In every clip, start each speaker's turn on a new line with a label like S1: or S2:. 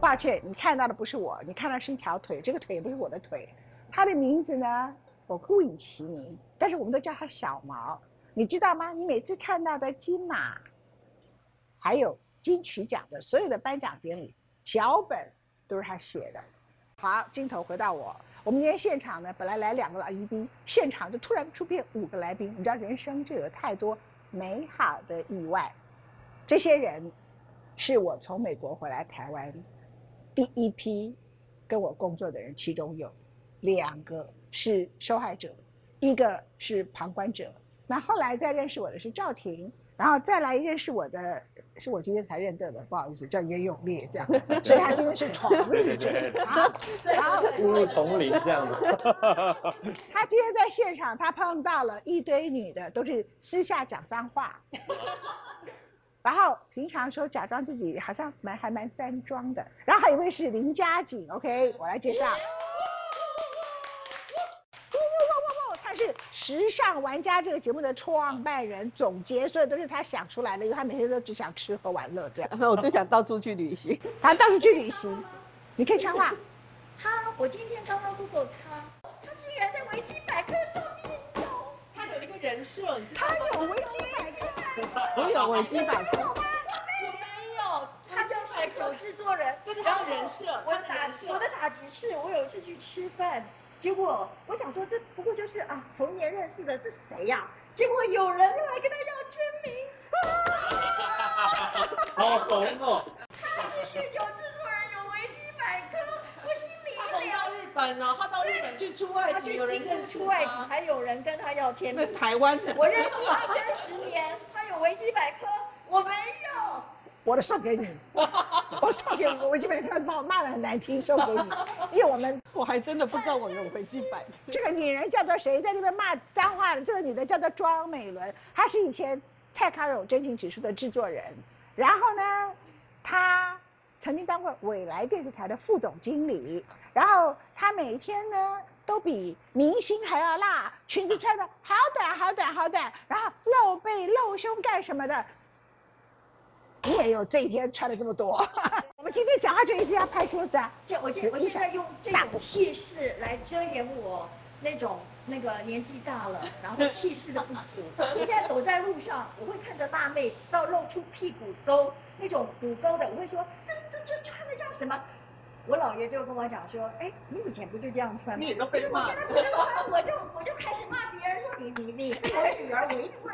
S1: 而且你看到的不是我，你看到是一条腿，这个腿也不是我的腿。它的名字呢，我故意起名，但是我们都叫它小毛，你知道吗？你每次看到的金马，还有金曲奖的所有的颁奖典礼脚本都是他写的。好，镜头回到我，我们今天现场呢，本来来两个来宾，现场就突然出现五个来宾。你知道人生就有太多美好的意外，这些人是我从美国回来台湾第一批跟我工作的人，其中有两个是受害者，一个是旁观者。那后来再认识我的是赵婷，然后再来认识我的是我今天才认证的，不好意思，叫严永烈这样，所以他今天是闯入者
S2: 对对对
S1: 啊。然后
S2: 误入丛林这 样子。
S1: 他今天在现场，他碰到了一堆女的，都是私下讲脏话，然后平常时候假装自己好像蛮还蛮端庄的。然后还有一位是林佳景，OK，我来介绍。哇哇哇哇哇！他是《时尚玩家》这个节目的创办人、总结，所有都是他想出来的，因为他每天都只想吃喝玩乐这样。
S3: 我就想到处去旅行。
S1: 他到处去旅行，你可以插话。
S4: 他，我今天刚刚 Google 他，他竟然在维基百科上面有，他有一个人设，你知道吗？
S1: 他有维基百科。
S3: 我有维基百科，
S4: 我没有，他就是酒制作人，
S5: 就是
S4: 然
S5: 他
S4: 后
S5: 的人设
S4: 我
S5: 他
S4: 的
S5: 的
S4: 打
S5: 人设
S4: 我的打击是，我有一次去吃饭，结果我想说这不过就是啊童年认识的，这谁呀、结果有人又来跟他要签名，
S2: 好红哦！
S4: 他是酗酒制作人，有维基百科，我心里
S5: 他红
S4: 一凉
S5: 到。日本呢，他到日本去出外
S4: 他
S5: 景，
S4: 去
S5: 有人
S4: 京
S5: 认
S4: 都
S5: 识
S4: 出外景，
S5: 吗
S4: 还有人跟他要签
S3: 那
S4: 名
S3: 是。台湾的。
S4: 我认识他三十年，他有维基百科，我没有。
S1: 我的送给你，我送给你，我就被他把我骂的很难听，送给你，因为我们
S3: 我还真的不知道我有维基百科。
S1: 这个女人叫做谁，在那边骂脏话的，这个女的叫做庄美伦，她是以前蔡康永《真情指数》的制作人，然后呢，她曾经当过未来电视台的副总经理，然后她每天呢都比明星还要辣，裙子穿的好短好短好短，然后露背露胸干什么的。你也有这一天穿的这么多， 我们今天讲话就一直要拍桌子啊！
S4: 这我现我现在用这种气势来遮掩我那种那个年纪大了，然后气势的不足。因为现在走在路上，我会看着辣妹到露出屁股沟那种骨沟的，我会说这是这这穿的像什么？我姥爷就跟我讲说，哎，你以前不就这样穿吗
S5: 你？也都
S4: 可
S5: 被
S4: 是我
S5: 骂
S4: 现。在不这么穿，我就我就开始骂别人说你你你这我女儿，我一定会，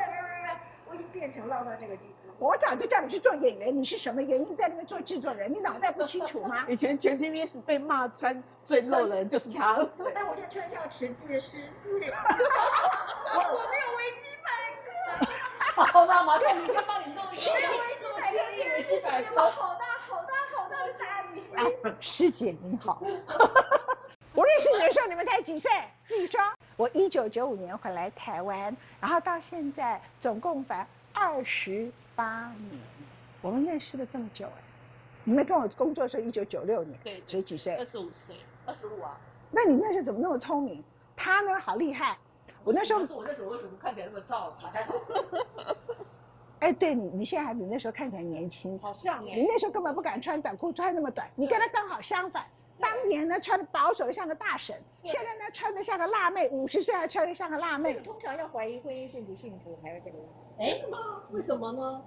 S4: 我已经变成落到这个地步。
S1: 我早就叫你去做演员，你是什么原因在那边做制作人？你脑袋不清楚 吗？
S3: 以前全 TVS 被骂穿最露的人就是他，
S4: 但我现在穿像池子的湿气， 我我没有维基百科，
S5: 好吧，马上你先帮你弄一
S6: 啊
S4: 没有维基百科，竟然是什么？我
S5: 科。
S4: 好大好大好大的大鱼。
S1: 师姐您好，我认识你的时候你们才几岁？自己说。我一九九五年回来台湾，然后到现在总共凡二十八年，我们认识了这么久哎。你们跟我工作的时候一九九六年，
S5: 对，
S1: 所以几岁？
S5: 二十五岁，二十五啊。
S1: 那你那时候怎么那么聪明？他呢，好厉害。我那时候
S5: 你，说我那时候为什么看起来那么啊燥？
S1: 哎，对你，你现在还比那时候看起来年轻。
S5: 好像
S1: 你
S5: 哎，
S1: 那时候根本不敢穿短裤，穿那么短。你跟他刚好相反，当年呢穿的保守的像个大婶，
S4: 对
S1: 现在呢穿的像个辣妹，五十岁还穿的像个辣
S4: 这
S1: 妹
S4: 个。通常要怀疑婚姻幸不幸福才会这个问题。
S5: 哎吗？为什么呢？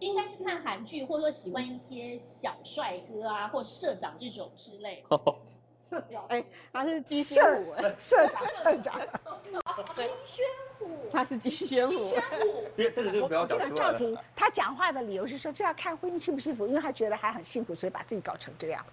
S6: 应该是看韩剧，或者说喜欢一些小帅哥啊，或社长这种之类。
S5: 社交
S3: 哎，他是鸡
S1: 是
S3: 仙舞，哎
S1: 社长，社长，
S3: 他是鸡仙舞，
S2: 因为这个就不要
S1: 这个
S2: 讲出来
S1: 赵
S2: 了。
S1: 婷，她讲话的理由是说这要看婚姻幸不幸福，因为她觉得还很幸福，所以把自己搞成这样。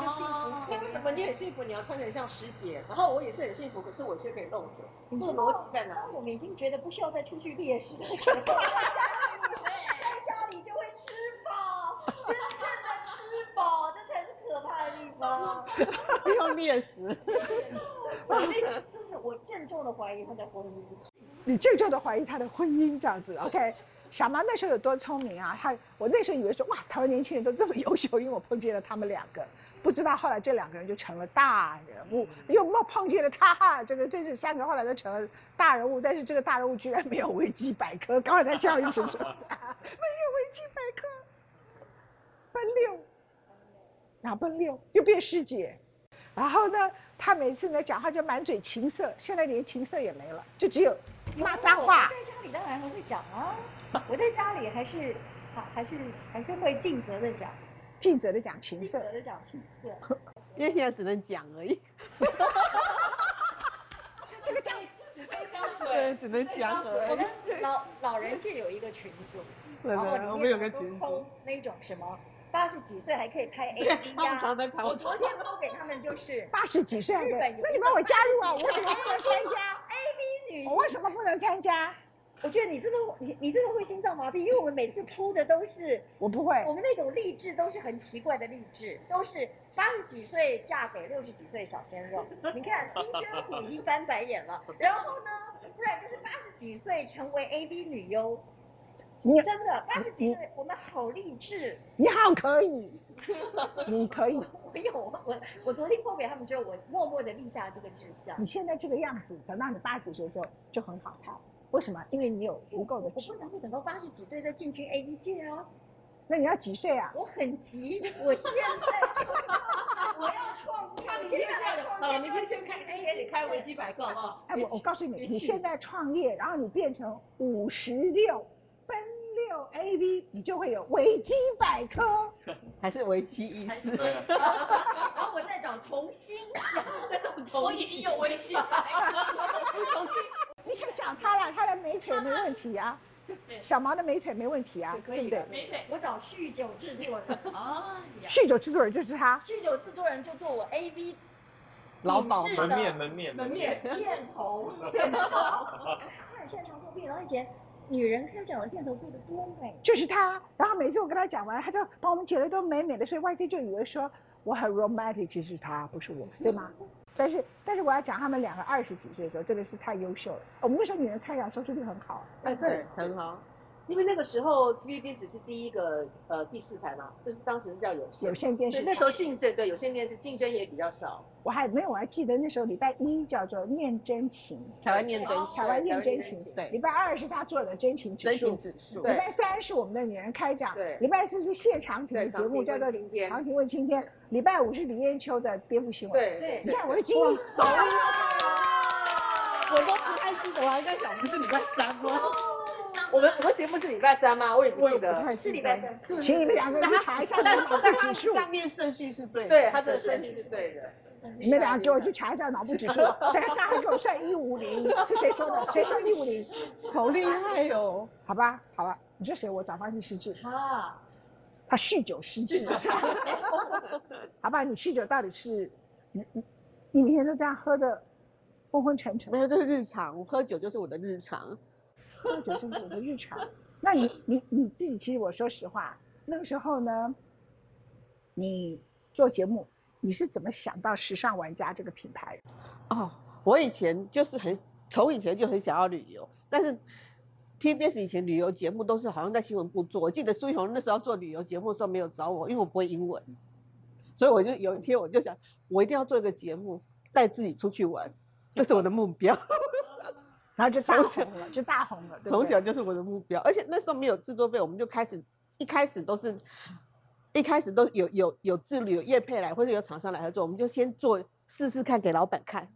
S4: 就幸福
S5: 那为什么你很幸福，你要穿成像师姐，然后我也是很幸福，可是我却可以弄腿，
S4: 你
S5: 这
S4: 知
S5: 个
S4: 道
S5: 逻辑在哪
S4: 当
S5: 里？
S4: 我们已经觉得不需要再出去猎食的时候，在哎家里就会吃饱， 真正的吃饱，这才是可怕的地 方。
S3: 不用猎食。
S4: 所以这是我郑重的怀疑他的婚姻。
S1: 你郑重的怀疑她的婚姻这样子，OK？小毛那时候有多聪明啊？她，我那时候以为说哇，台湾年轻人都这么优秀，因为我碰见了他们两个，不知道后来这两个人就成了大人物，又碰碰见了他，这个这是三个后来都成了大人物，但是这个大人物居然没有维基百科，刚才才这样一直说，没有维基百科，奔六，两蹦六，又变师姐。然后呢，她每次呢讲话就满嘴情色，现在连情色也没了，就只有骂脏话。
S4: 我在家里当然还会讲啊，我在家里还是还还是还是会尽责的讲，
S1: 尽责的讲情
S4: 尽
S1: 色
S4: 责，的讲情色。
S3: 因为现在只能讲而已，
S1: 这个讲
S5: 只剩一张
S3: 对，
S5: 嘴，
S3: 只能讲而
S4: 我
S3: 已
S4: 们。老老人界有一个群组，
S3: 对
S4: 然后
S3: 对，我
S4: 里
S3: 们有
S4: 面
S3: 个
S4: 都
S3: 群组
S4: 封，那种什么八十几岁还可以拍 A
S3: 对
S4: V
S3: 他们
S4: 呀、
S3: 常在拍
S4: 我
S3: 我。
S4: 昨天抛给他 们就是
S1: 八十几岁还
S4: 日
S1: 没
S4: 本有一个
S1: 那你把我加入啊！我为什么不能参加？
S4: 美女
S1: 我为什么不能参加？
S4: 我觉得你真的你你真的会心脏麻痹，因为我们每次铺的都是
S1: 我不会
S4: 我，们那种励志都是很奇怪的励志，都是八十几岁嫁给六十几岁小鲜肉。你看金宣虎已经翻白眼了，然后呢，不然就是八十几岁成为 A B 女优，
S1: 你
S4: 真的八十几岁我们好励志。
S1: 你好可以， 你可以。
S4: 我有我我昨天抛给他们之后，我默默的立下这个志向。
S1: 你现在这个样子，等到你八十岁的时候就很好看。为什么？因为你有足够的
S4: 我
S1: 智
S4: 不。能够等到八十几岁再进军 A B 界啊！
S1: 那你要几岁啊？
S4: 我很急，我现在就要我要 创业，我接下来创业
S5: 好了，
S4: 就
S5: 明
S4: 要
S5: 天先
S4: 进
S5: 看
S4: 军
S5: A 你
S4: AV
S5: 开
S4: 界
S5: 维基百科好不好？
S1: 哎，我我告诉
S5: 别
S1: 你，
S5: 气
S1: 你现在创业，然后你变成五十六奔六 AV，你就会有维基百科。
S3: 还是为期一次。
S2: 对啊，
S4: 然后我再找童星，然后再找
S5: 我
S4: 童
S5: 已
S4: 星。
S5: 经有微信了，
S1: 你可以讲他啦，他的美腿没问题啊，小毛的美腿没问题啊，
S4: 可
S1: 对
S4: 以
S1: 不
S4: 的
S1: 对？
S5: 没腿
S4: 我找酗酒制作人，
S5: 啊呀！
S1: 酗酒制作人就是他，
S4: 酗酒制作人就做我 AV
S3: 劳保
S4: 影视
S2: 门
S4: 的
S2: 面门面
S5: 门面
S4: 片片头，片头。他很擅长做片头，以前女人开讲的片头做的多美。
S1: 就是他。然后每次我跟他讲完，他就把我们姐得都美美的，所以外界就以为说我很 romantic，其实是他不是我，对吗？但是但是我要讲他们两个二十几岁的时候真的是太优秀了。哦我们那时候女人开讲收视率很好，
S5: 哎，
S3: 对，很好。
S5: 因为那个时候 TVB 只是第一个呃第四台嘛，就是当时是叫有线
S1: 有线电
S5: 对，
S1: 视
S5: 那
S1: 台
S5: 时候竞争对有线电视竞争也比较少。
S1: 我还没有，我还记得那时候礼拜一叫做念真情，
S3: 台湾念真
S1: 台湾念真情
S5: 台湾念真，情
S3: 对
S1: 礼拜二是他做的真情指
S3: 真
S1: 数
S3: 情，指数，
S1: 礼
S5: 对
S1: 拜三是我们的女人开讲
S5: 对，
S1: 礼拜四是谢长廷的
S5: 对
S1: 节目叫
S5: 长
S1: 做
S5: 亭问青天
S1: 长廷问青天，礼拜五是李艳秋的颠覆新闻。
S5: 对
S4: 对
S1: 你看我的经历，
S3: 我都不太记得，我还在想，不是礼拜三吗？
S5: 我们我们节目是礼拜三吗？我也不
S3: 我也
S5: 记
S3: 不
S5: 得。
S3: 太
S4: 是
S3: 记
S4: 礼
S3: 得
S4: 拜。三，
S5: 是
S1: 请你们两个人去查一下
S3: 但
S1: 脑部
S3: 但他
S1: 指数，
S3: 上面顺序是对的，
S5: 对，他这个顺序是对的。
S1: 你们两个给我去查一下脑部指数。谁他还给我算一五零，是谁说的？谁说一五零？
S3: 好厉害哦！
S1: 好吧，好了，你说谁？我早发现失智，
S4: 啊，
S1: 他酗酒失智。好吧，你酗酒到底是你你你每天都这样喝的昏昏沉沉
S3: 没，有，这是日常，我喝酒就是我的日常。
S1: 喝酒就是我的日常。那你你你自己，其实我说实话，那个时候呢，你做节目，你是怎么想到时尚玩家这个品牌？
S3: 哦，我以前就是很从以前就很想要旅游，但是 TBS 以前旅游节目都是好像在新闻部做。我记得苏一红那时候做旅游节目的时候没有找我，因为我不会英文，所以我就有一天我就想，我一定要做一个节目，带自己出去玩，这是我的目标。
S1: 然后就大
S3: 从小
S1: 红了，就大红了，对不
S3: 从
S1: 对
S3: 小就是我的目标，而且那时候没有制作费，我们就开始一开始都是，一开始都有有有自律有业配来或者有厂商来合作，我们就先做试试看给老板看，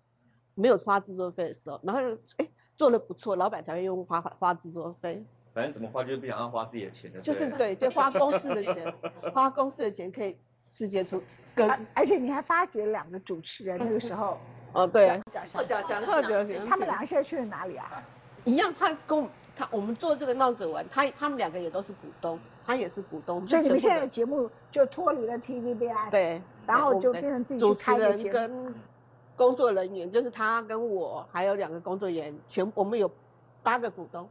S3: 没有花制作费的时候，然后哎、诶做的不错，老板才会用花花制作费，
S2: 反正怎么花就是不想要花自己的钱的，
S3: 就是对，就花公司的 钱，花公司的钱可以世界出跟
S1: 而而且你还发觉两个主持人那个时候，
S3: 哦对，
S5: 特奖祥
S3: 特别
S5: 是
S3: 明
S1: 他们
S3: 显
S1: 两个现在去了哪里啊？
S3: 一样，他跟我他我们做这个闹着玩，他他们两个也都是股东，他也是股东，
S1: 所以你们
S3: 就全
S1: 现在
S3: 部的
S1: 的节目就脱离了 TVBS，，
S3: 对。
S1: 然
S3: 我
S1: 后
S3: 们
S1: 就
S3: 的
S1: 变成自己
S3: 主
S1: 去
S3: 持
S1: 开个节
S3: 人
S1: 目。
S3: 跟工作人员，就是他跟我还有两个工作人员，全我们有八个股东。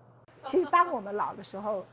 S1: 其实当我们老的时候，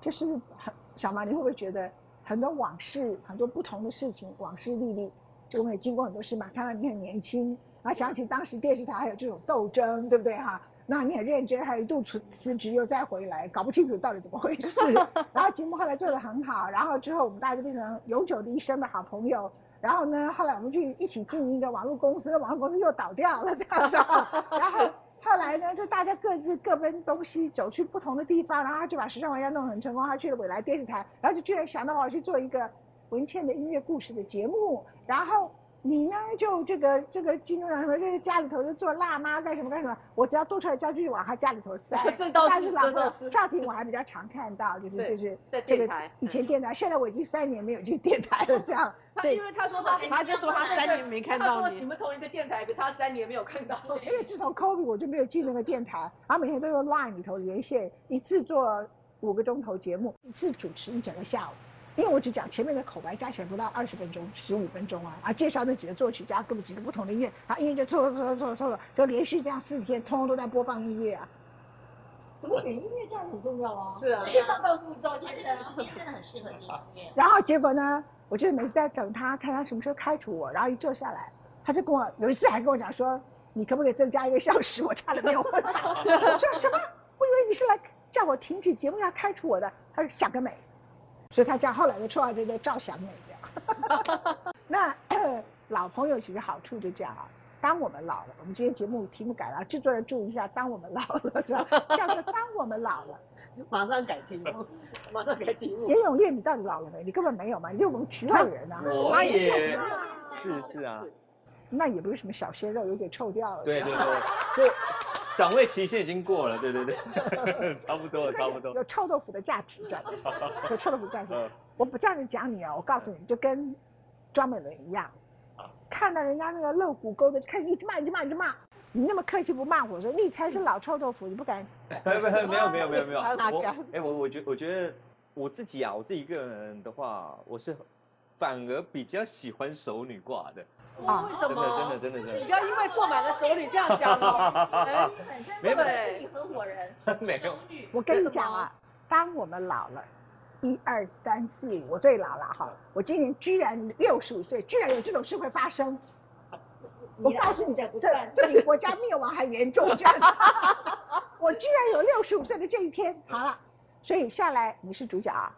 S1: 就是很小马，你会不会觉得很多往事、很多不同的事情、往事历历，就会经过很多事嘛？看到你很年轻，然后想起当时电视台还有这种斗争，对不对哈？那你很认真，还一度辞辞职又再回来，搞不清楚到底怎么回事。然后节目后来做的很好，然后之后我们大家就变成永久的一生的好朋友。然后呢，后来我们去一起经营一个网络公司，那网络公司又倒掉了，这样子啊。 然后后来呢，就大家各自各奔东西，走去不同的地方，然后他就把时尚玩家弄得很成功，他去了未来电视台，然后就居然想到我要去做一个。文倩的音乐故事的节目，然后你呢就这个这个进入到什么这个家里头就做辣妈干什么干什么，我只要多出来家具往他家里头塞
S5: 。这倒是
S1: 但是老
S5: 这
S1: 婆
S5: 倒是
S1: 赵婷我还比较常看到，就是
S5: 对
S1: 就是
S5: 在
S1: 这
S5: 电
S1: 个
S5: 台
S1: 以前
S5: 嗯
S1: 电台，现在我已经三年没有去电台 了，这样
S5: 他
S1: 所以
S5: 因为他说他
S3: 他就说他三年没看到
S5: 他说
S3: 你
S5: 你们同一个电台，可是他三年没有看到
S1: 因为自从 COVID 我就没有进那个电台，然后每天都用 Line 里头连线，一次做五个钟头节目，一次主持一整个下午。因为我只讲前面的口白，加起来不到二十分钟，十五分钟啊啊！介绍那几个作曲家，各几个不同的音乐，然后音乐就错错错错错错，就连续这样四天，通通都在播放音乐啊。
S4: 怎么选音乐这样很重要啊？
S5: 是啊
S4: 可以这样告诉赵
S6: 而且
S4: 先
S6: 这个时
S4: 生啊。
S6: 间真的很适合听音乐。
S1: 然后结果呢，我就每次在等他，看他什么时候开除我。然后一坐下来，他就跟我有一次还跟我讲说，你可不可以增加一个小时？我差点没有昏倒。我说什么？ 我以为你是来叫我停止节目要开除我的。他说想个美，所以他叫后来的绰号就叫赵想美的。 那、呃老朋友其实好处就这样啊。当我们老了，我们今天节目题目改了啊，制作人注意一下，当我们老了，是吧？叫做当我们老了。
S3: 马上改题目。
S5: 马上改题目。
S1: 严永烈，你到底老了没？你根本没有嘛，你就是我们局外人啊。
S2: 我
S1: 他也
S2: 也
S6: 是
S2: 是是啊，
S1: 那也不是什么小鲜肉，有点臭掉了。
S2: 对
S1: 这
S2: 对
S1: 样
S2: 对，就赏味期限已经过了，对对对， 差不多了
S1: 但是
S2: 差不多。
S1: 有臭豆腐的价值在，有臭豆腐价值
S2: 嗯。
S1: 我不这样子讲你哦，我告诉你，就跟专门人一样，
S2: 啊
S1: 看到人家那个露骨沟的，就开始一直骂，一直骂，一直骂。你那么客气不骂我说你才是老臭豆腐，你不敢
S2: 没有没有没有没有没 有没有，
S3: 大
S2: 我
S3: 家
S2: 哎、我我觉我觉得我自己啊，我自己一个人的话，我是反而比较喜欢熟女挂的，
S1: 啊
S5: 为什
S2: 真的真
S5: 么
S2: 的？真的真
S5: 你不要因为坐满了手里这样想哦。哎
S2: 的，
S6: 本身
S2: 没
S6: 不
S2: 本
S6: 管是你合伙人，
S2: 没有
S6: 熟女，
S1: 我跟你讲啊，当我们老了，一二三四，我最老了哈。我今年居然六十五岁，居然有这种事会发生。我告诉你，这这这比国家灭亡还严重，这样 子。我居然有六十五岁的这一天，好了，所以下来你是主角啊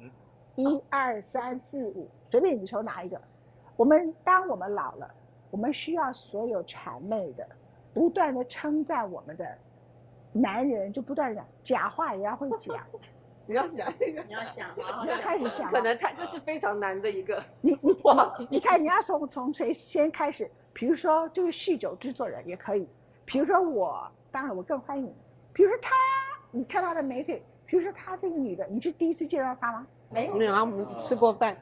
S2: 嗯，
S1: 一二三四五，随便你抽哪一个。我们当我们老了，我们需要所有谄媚的、不断的称赞我们的男人，就不断的假话也要会 讲。
S3: 你要想一个，
S6: 你要想好好
S1: 你要 开始想
S5: 可
S1: 了，
S5: 能他这是非常难的一个，
S1: 你你你你看你要从从谁先开始？比如说这个酗酒制作人也可以，比如说我，当然我更欢迎。比如说他，你看他的美腿，比如说他这个女的，你是第一次见到她吗？
S4: 没有
S3: 没有啊，我们吃过饭，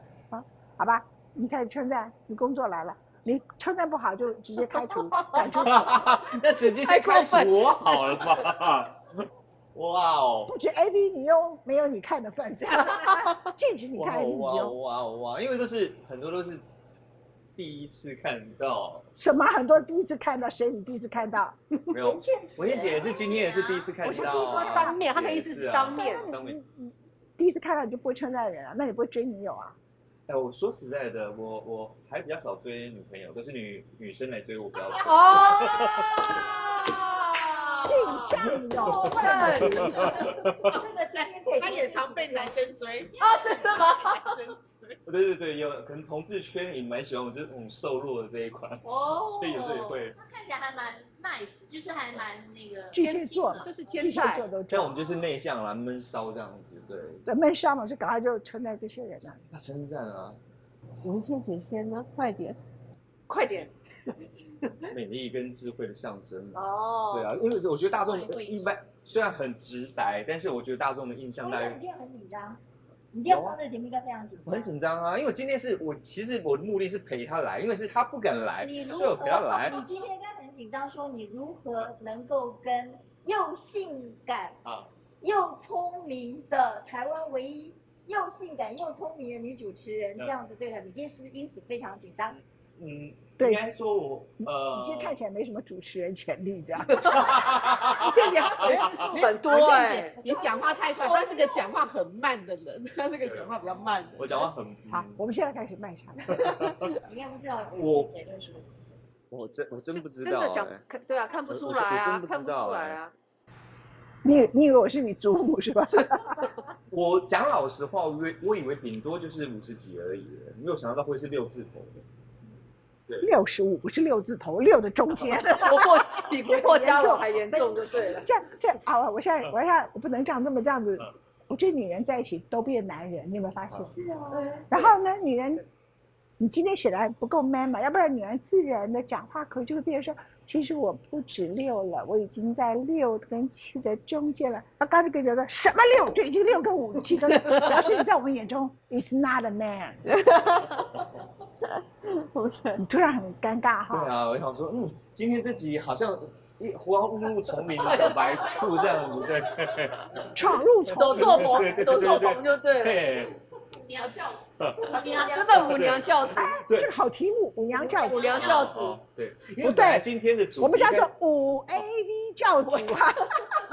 S1: 好吧，你开始称赞，你工作来了，你称赞不好就直接开除赶出去。
S2: 那直接先开除我好了吧？ 哇哦！
S1: 不止 A V，你又没有你看的份，这样禁止你
S2: 哇
S1: 看 A
S2: 哦
S1: V，你
S2: 哇哦
S1: 又
S2: 哇哦哇！因为都是很多都是第一次看到，
S1: 什么很多第一次看到谁？你第一次看到？
S2: 没 有。
S4: 倩姐
S2: 文燕姐也是今天也是第一次看
S5: 我
S2: 到、啊，
S5: 是第一次说当面她的意思是
S2: 也啊
S5: 当面
S2: 当面。
S1: 第一次看到你就不会称赞人啊，那你不会追女友啊？
S2: 哎，我说实在的，我我还比较少追女朋友，都是女女生来追我比较多。
S5: 哦，
S1: 性向有 问
S5: 对
S1: 题。
S4: 这个今天可以，
S7: 他也常被男生追，
S5: 啊，真的吗？
S7: 男生追，
S2: 对对对，有可能同志圈也蛮喜欢我这种瘦弱的这一款，
S5: 哦，
S2: 所以有时候也会。
S6: 他看起来还蛮 nice，就是还蛮那个
S1: 巨蟹座嘛
S6: 天秤的
S5: 就是
S1: 巨
S5: 天
S1: 蟹
S5: 才
S1: 座，都这
S2: 但我
S1: 样
S2: 们。就是内向啦，闷骚这样子，对。
S1: 咱们上嘛，就赶快就称赞这些人了。
S2: 那称赞啊，
S3: 文倩姐先呢，快点。
S5: 快点
S2: 美丽跟智慧的象征嘛。
S5: 哦
S2: 对，啊，因为我觉得大众
S6: 会会
S2: 一般虽然很直白，但是我觉得大众的印象
S4: 我
S2: 大
S4: 想
S2: 概
S4: 你今天很紧张，你今天
S2: 有啊
S4: 上这个节目应该非常紧
S2: 我很
S4: 张。
S2: 紧张啊，因为我今天是我其实我的目的是陪他来，因为是他不敢来
S4: 你，如
S2: 所以我
S4: 何
S2: 陪他来？
S4: 你今天应该很紧张，说你如何能够跟又性感
S2: 啊。
S4: 又聪明的台湾唯一又性感又聪明的女主持人这样子对待，你今天是不是因此非常紧张？
S2: 嗯，
S1: 对
S2: 应该说我呃，
S1: 你这看起来没什么主持人潜力，这样。
S5: 倩姐她
S2: 啊
S5: 粉丝数很多哎，
S3: 你讲话太快，他是个讲话很慢的人，他那个讲话比较慢的。
S2: 我讲话很
S1: 好
S2: 嗯，
S1: 我们现在开始卖唱。
S4: 你应该不知道
S2: 我
S4: 姐认识我。
S2: 我真我真不知
S5: 真
S2: 道
S5: 的
S2: 哎、
S5: 想看，对啊，看不
S2: 我
S5: 出
S2: 我
S5: 来
S2: 真我
S5: 啊，
S2: 真不
S5: 看
S2: 知
S5: 不
S2: 道
S5: 出来
S2: 哎
S5: 啊。
S1: 你以你以为我是你祖母是吧？
S2: 我讲老实话，我以为我以为顶多就是五十几而已，没有想到会是六字头的。
S1: 六十五不是六字头，六的中间。
S5: 国破 比国破家亡还严重就对了。
S1: 这这啊，我我现在我现在我不能这样这么这样子我觉得女人在一起都变男人，你有没有发现？
S4: 是啊，
S1: 然后呢，女人，你今天显然不够 man 嘛，要不然女人自然的讲话口就会变成说，其实我不止六了，我已经在六跟七的中间了。他刚才跟你说什么六，就已经六跟五七跟，表示你在我们眼中 is not a man，
S3: 不是，
S1: 你突然很尴尬
S2: 对
S1: 哈。
S2: 啊，我想说，嗯，今天这集好像一忽然误入丛林的小白兔这样子，对，
S1: 闯入丛
S5: 走
S1: 林
S5: 错
S2: 对
S5: 棚，
S2: 对对
S5: 走
S2: 对
S5: 错
S2: 对
S5: 棚就对了，
S2: 嘿
S7: 鸟叫子，
S5: 真的舞娘教子，
S2: 对
S1: 哎这个好题目，舞娘教
S5: 舞
S1: 主，
S5: 娘教子，
S2: 哦，对，
S1: 不
S2: 因为
S1: 对
S2: 本来今天的主题
S1: 我们叫做五 A V
S2: 哦
S1: 教主啊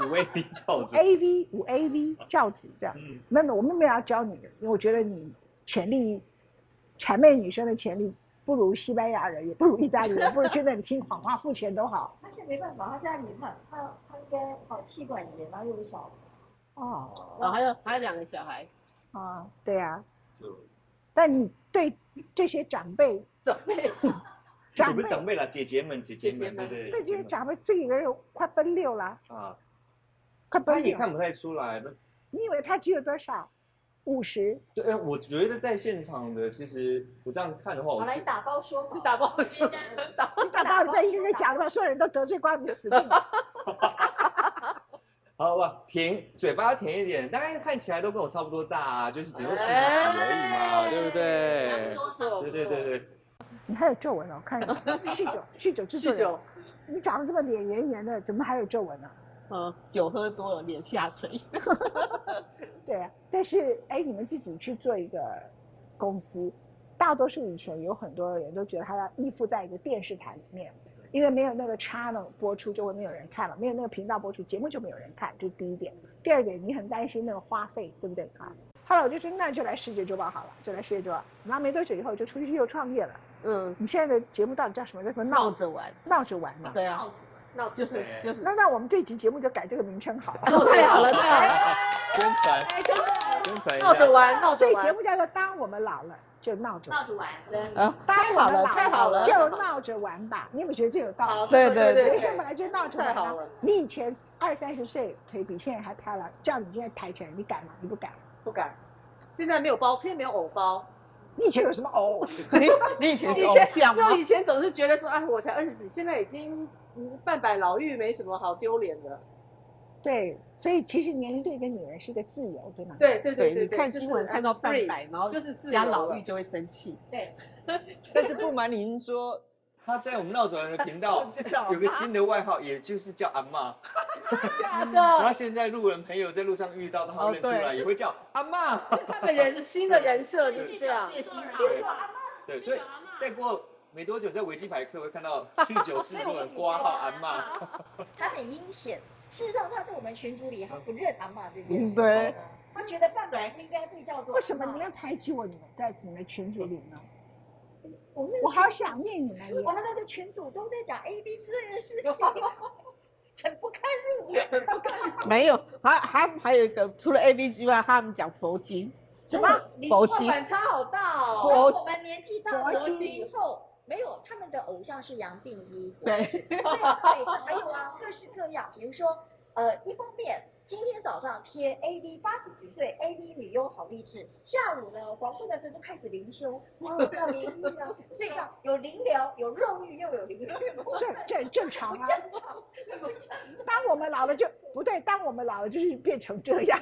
S2: 五位教 主，
S1: ，A V 五 A V 教主这样。
S2: 嗯，
S1: 没有，我们没有要教你的，因为我觉得你潜力，谄媚女生的潜力不如西班牙人，也不如意大利人，不如去那里听谎话付钱都好。
S4: 他现在没办法，他现在你看他他应该好气管炎，然后又有小
S1: 哦，
S3: 然后还有还有两个小孩，
S1: 啊，对啊，
S2: 就
S1: 但你对这些长辈，
S3: 准备
S1: 长
S2: 你
S1: 辈
S2: 们，长辈了，姐姐们，姐姐
S5: 姐姐
S2: 们，对对，
S5: 们
S1: 这就是
S2: 姐
S1: 长辈，这一个人快奔六了，
S2: 姐们啊，
S1: 快
S2: 他
S1: 奔
S2: 也
S1: 六，
S2: 看不太出来，那
S1: 你以为他只有多少？五十，
S2: 对，呃我觉得在现场的，其实我这样看的话，
S4: 好
S2: 我
S4: 来
S2: 觉
S4: 你打包说吧，
S5: 打包说，打包
S1: 你打包被一个个讲的话，所有人都得罪光，你死定了。
S2: 好吧，甜，嘴巴甜一点，大概看起来都跟我差不多大啊，就是顶多四十几
S5: 哎
S2: 而已嘛， 对不对？
S5: 不错，
S2: 对对对对。
S1: 你还有皱纹哦，我 看你酗酒，酗酒制作
S3: 酗
S1: 人
S3: 酒，，
S1: 你长得这么脸圆圆的，怎么还有皱纹呢、
S3: 嗯，酒喝多了脸下垂，
S1: 对啊，但是哎，你们自己去做一个公司，大多数以前有很多人都觉得他要依附在一个电视台里面，因为没有那个 channel 播出，就会没有人看了；没有那个频道播出，节目就没有人看，这是第一点。第二点，你很担心那个花费，对不对啊？后来我就说，那就来世界周报好了，就来世界周报。然后没多久以后，我就出去又创业了。
S3: 嗯，
S1: 你现在的节目到底叫什么？叫什么闹
S3: 闹着玩，
S1: 闹着玩 嘛？
S3: 对啊，
S5: 那
S3: 就
S5: 就是
S3: 就是，
S1: 那那我们这集节目就改这个名称好了。
S3: 哦，太好了，太好了，
S2: 宣传，宣传一
S5: 哎闹着
S2: 下。
S5: 玩，闹着
S1: 所以节
S5: 玩，
S1: 目叫做《当我们老了就闹着玩》。
S6: 闹着玩，
S5: 呃
S3: 啊，太好了，太好了，
S1: 就闹着玩吧。你有没有觉得这有道
S5: 好
S1: 理？
S3: 对对
S1: 人生本来就闹着
S5: 太
S1: 玩
S5: 好
S1: 啊！
S5: 了，
S1: 你以前二三十岁腿比现在还漂亮，叫你现在抬起来，你敢吗？你不敢。
S5: 不敢。现在没有包，现在没有偶包。
S1: 你以前有什么 哦？
S3: 你你以前是
S5: 以
S3: 偶
S5: 前
S3: 像
S5: 没
S3: 吗
S5: 有，？以前总是觉得说，哎，我才二十几，现在已经嗯半百老妪，没什么好丢脸的。
S1: 对，所以其实年龄对一个女人是一个自由，对吗？
S5: 对对
S3: 对，你
S5: 对，
S3: 看
S5: 就是
S3: 新闻看到
S5: I'm
S3: 半
S5: free
S3: 百，然后
S5: 就是自
S3: 加
S5: 由
S3: 老
S5: 了
S3: 妪就会生气，
S2: 但是不瞒您说，他在我们闹着玩的频 道
S3: 就叫
S2: 有个新的外号，也就是叫阿嬷。
S5: 假
S2: 然后
S5: 的，
S2: 现在路人朋友在路上遇到，他
S3: 哦
S2: 们认出来
S3: 对
S2: 也会叫阿嬷。
S5: 他们人新的人设就是这样。
S2: 对，所以再过没多久，在维基百科会看到酗酒制作人挂号阿嬷。
S4: 他很阴险。事实上，他在我们群组里，他不认阿妈这件
S3: 嗯
S4: 事
S3: 对
S4: 情，他觉得爸爸不应该被叫做阿嬷。
S1: 为什么你们要排挤我？你们在你们群组里呢？
S4: 我们那
S1: 我
S4: 个
S1: 好想念你们
S4: 群我
S1: 呀！
S4: 们那个群组都在讲 A B 之类的事情，很不堪入目。
S3: 没有，还还还有一个，除了 A B 之外，他们讲佛经，
S1: 什么？
S5: 你
S3: 佛
S5: 哇
S3: 经
S5: 反差好大
S4: 当
S5: 哦！
S3: 佛
S4: 我们年纪大
S1: 佛
S4: 了
S1: 经
S4: 以后，没有他们的偶像是杨定一，
S3: 对
S4: 所以对，还有啊，各式各样，比如说，呃，一方面今天早上贴 AV 八十几岁 AV 女优好励志，下午呢黄昏的时候就开始灵修，啊，要灵医啊，所以这样有灵疗，有肉欲又有灵欲，不
S1: 这这很正常
S4: 不
S1: 啊！
S4: 正常，不正常。
S1: 当我们老了就不对，当我们老了就是变成这样，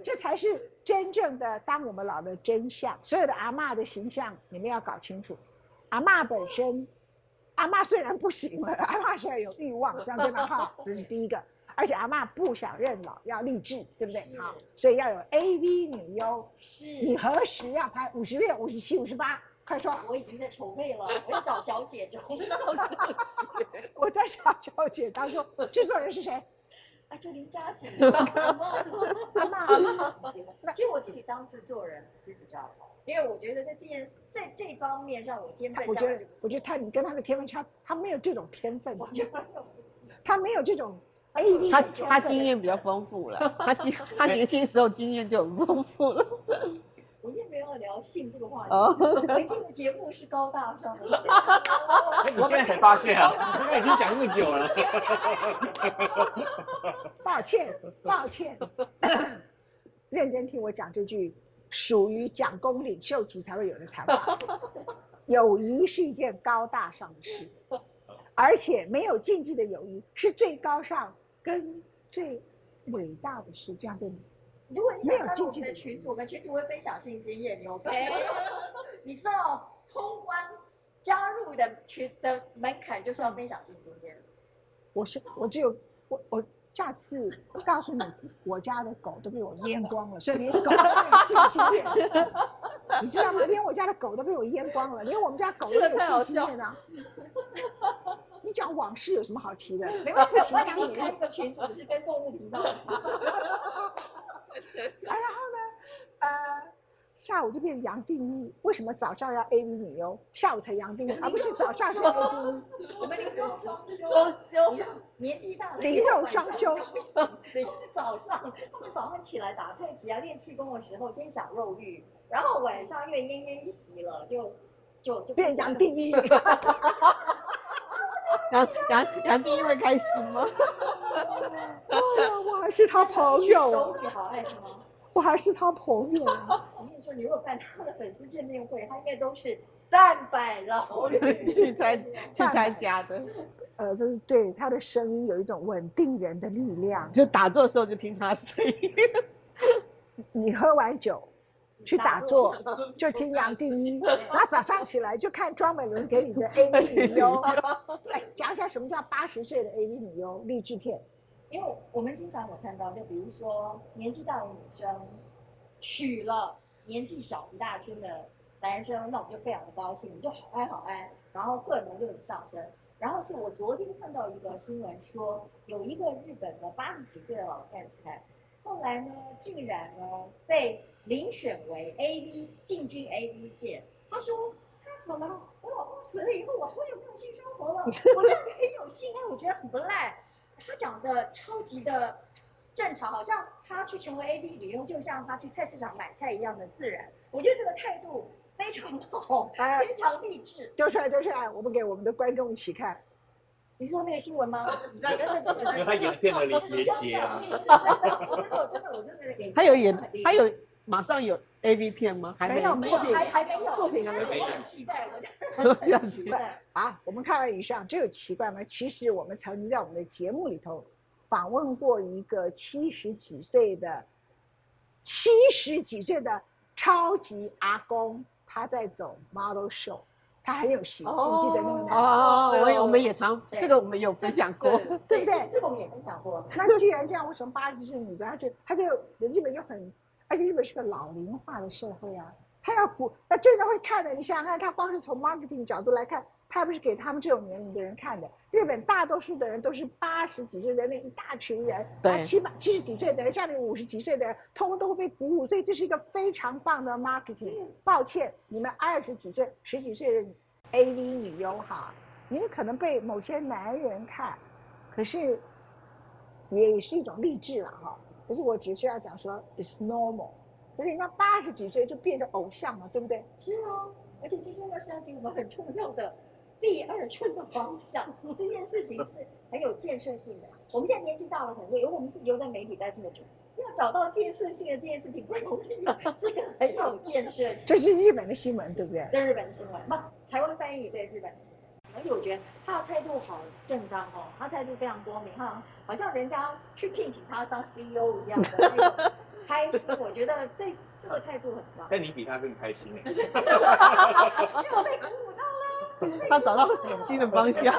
S1: 这才是真正的当我们老的真相。所有的阿嬷的形象，你们要搞清楚。阿嬷本身，阿嬷虽然不行了， 阿嬷现在有欲望，这样对吧？哈，这是第一个。而且阿嬷不想认老，要励志，对不对？好，所以要有 A V 女优。你何时要拍？五十六、五十七、五十八，快 说！
S4: 我已经在筹备了，我要找小姐筹备
S1: 我在小小姐当中，制作人是谁？
S4: 啊，就林佳姐，阿 嬷
S1: 阿嬷。
S4: 其实我自己当制作人是比较好，因为我觉得在这件事在这方面上，我天分
S1: 我
S4: 下
S1: 觉
S4: 来
S1: 得
S4: 就不错，
S1: 我觉得他，你跟他的天分差，他没有这种天分，
S4: 我觉得
S1: 他没有这种哎 A V
S3: 他他经验比较丰富了，他经他年轻时候经验就很丰富了。
S4: 我今天没有聊性这个话
S3: 哦
S4: 题，，文静的节目是高大上的，
S2: 哎，你现在才发现啊？那已经讲那么久了。
S1: 抱歉，抱歉，认真听我讲这句属于讲公领袖级才会有人谈话。友谊是一件高大上的事，而且没有禁忌的友谊是最高尚跟最伟大的事。这样对你
S4: 如果你
S1: 没
S4: 想
S1: 有
S4: 加
S1: 竞
S4: 入我
S1: 技
S4: 们的
S1: 的
S4: 群组，我们群组会分享性经验，你 OK？你知道通关加入的群的门槛就是要分享性经验。
S1: 我是我只有我我下次告诉你，我家的狗都被我淹光了，所以连狗都有性经验，你知道吗？连我家的狗都被我淹光了，连我们家狗都有性经验啊！你讲往事有什么好提的？
S4: 没 问题
S1: 不，提
S4: 那
S1: 当
S4: 你开
S1: 年
S4: 一。个群组是跟动物频道的群组，
S1: 呃，下午就变杨定一，为什么早上要 A V 女优，下午才杨 定一，而不是早上是 A V
S4: 我们灵肉双修，
S5: 羞
S4: 年纪大了
S1: 灵肉双修
S4: 不行，就是早上他们早上起来打太极啊，练气功的时候先享肉欲，然后晚上因为奄奄一息了，就就就
S1: 变杨定一？ 哎
S3: 杨杨杨定一会开心吗？
S1: 哦，我还是他 朋友
S4: 手，语好爱他吗？
S1: 我还是他朋友。啊
S4: 我哦跟你说，你如果办他的粉丝见面会，他应该都是蛋白老女
S3: 去参去参加的，
S1: 呃，就是对他的声音有一种稳定人的力量。
S3: 就打坐的时候就听他声音。
S1: 你喝完酒 去嗯打坐，就听杨定一，然后早上起来就看庄美伦给你的 A V 女优。哎，讲一下什么叫八十岁的 A V 女优励志片。
S4: 因为我们经常有看到，就比如说年纪大的女生娶了年纪小一大圈的男生，那我们就非常的高兴，我们就好爱好爱，然后荷尔蒙就很上升。然后是我昨天看到一个新闻说，有一个日本的八十几岁的老太太，后来呢，竟然呢被遴选为 AV 进军 AV 界。她说太好了，我老公死了以后，我好久没有性生活了，我这样可以有性爱，我觉得很不赖。他讲的超级的正常，好像他去成为 AV 女优，就像他去菜市场买菜一样的自然。我觉得这个态度非常好，
S1: 哎，
S4: 非常励志。
S1: 丢出来，丢出来，哎我们给我们的观众一起看。
S4: 你是说那个新 闻吗？你真的怎么
S2: 因为他影片的连接啊，
S4: 真的，我真的，我真的，我真的给。
S3: 他有演，他有马上有 A V 片吗？还
S1: 没有
S4: 哎
S1: 没
S4: 没有
S1: 有
S4: 还还没有
S5: 作品还
S4: 但
S5: 没
S4: 是
S2: 出
S4: 我
S2: 来
S4: 很期待，我
S3: 啊 这样
S4: 很
S3: 子
S4: 期待。
S1: 啊，我们看完以上，这有奇怪吗？其实我们曾经在我们的节目里头访问过一个七十几岁的、七十几岁的超级阿公，他在走 model show，他很有型，记不记得那个男的？
S3: 哦，我也我们也常
S4: 对
S3: 这个我们有分享过，
S1: 对不对
S4: 这个我们也分享过。
S1: 那既然这样，为什么八十岁女的，她就她就日本就很，而且日本是个老龄化的社会啊，她要鼓，那真的会看的。你想想看，她光是从 marketing 角度来看，她不是给他们这种年龄的人看的。日本大多数的人都是八十几岁的那一大群人，
S3: 对
S1: 啊七八七十几岁的人，像你五十几岁的人，通通都会被鼓舞，所以这是一个非常棒的 marketing。抱歉，你们二十几岁、十几岁的 AV 女优哈，你们可能被某些男人看，可是也是一种励志了哈。可是我只是要讲说，it's normal，就是人家八十几岁就变成偶像了，对不对？
S4: 是啊，而且最重要是要给我们很重要的第二春的方向，这件事情是很有建设性的。我们现在年纪大了很累，因为我们自己又在媒体待这么久，要找到建设性的这件事情不容易， 这个很有建设性。
S1: 这是日本的新闻，对不对？
S4: 这是日本的新闻，不，台湾翻译对日本的新闻。而且我觉得他的态度好正当哦，他态度非常光明，哈，好像人家去聘请他当 CEO 一样的那种开心。我觉得这这个态度很棒。
S2: 但你比他更开心哎、
S4: 因为我被鼓舞到了，
S3: 他找到新的方向。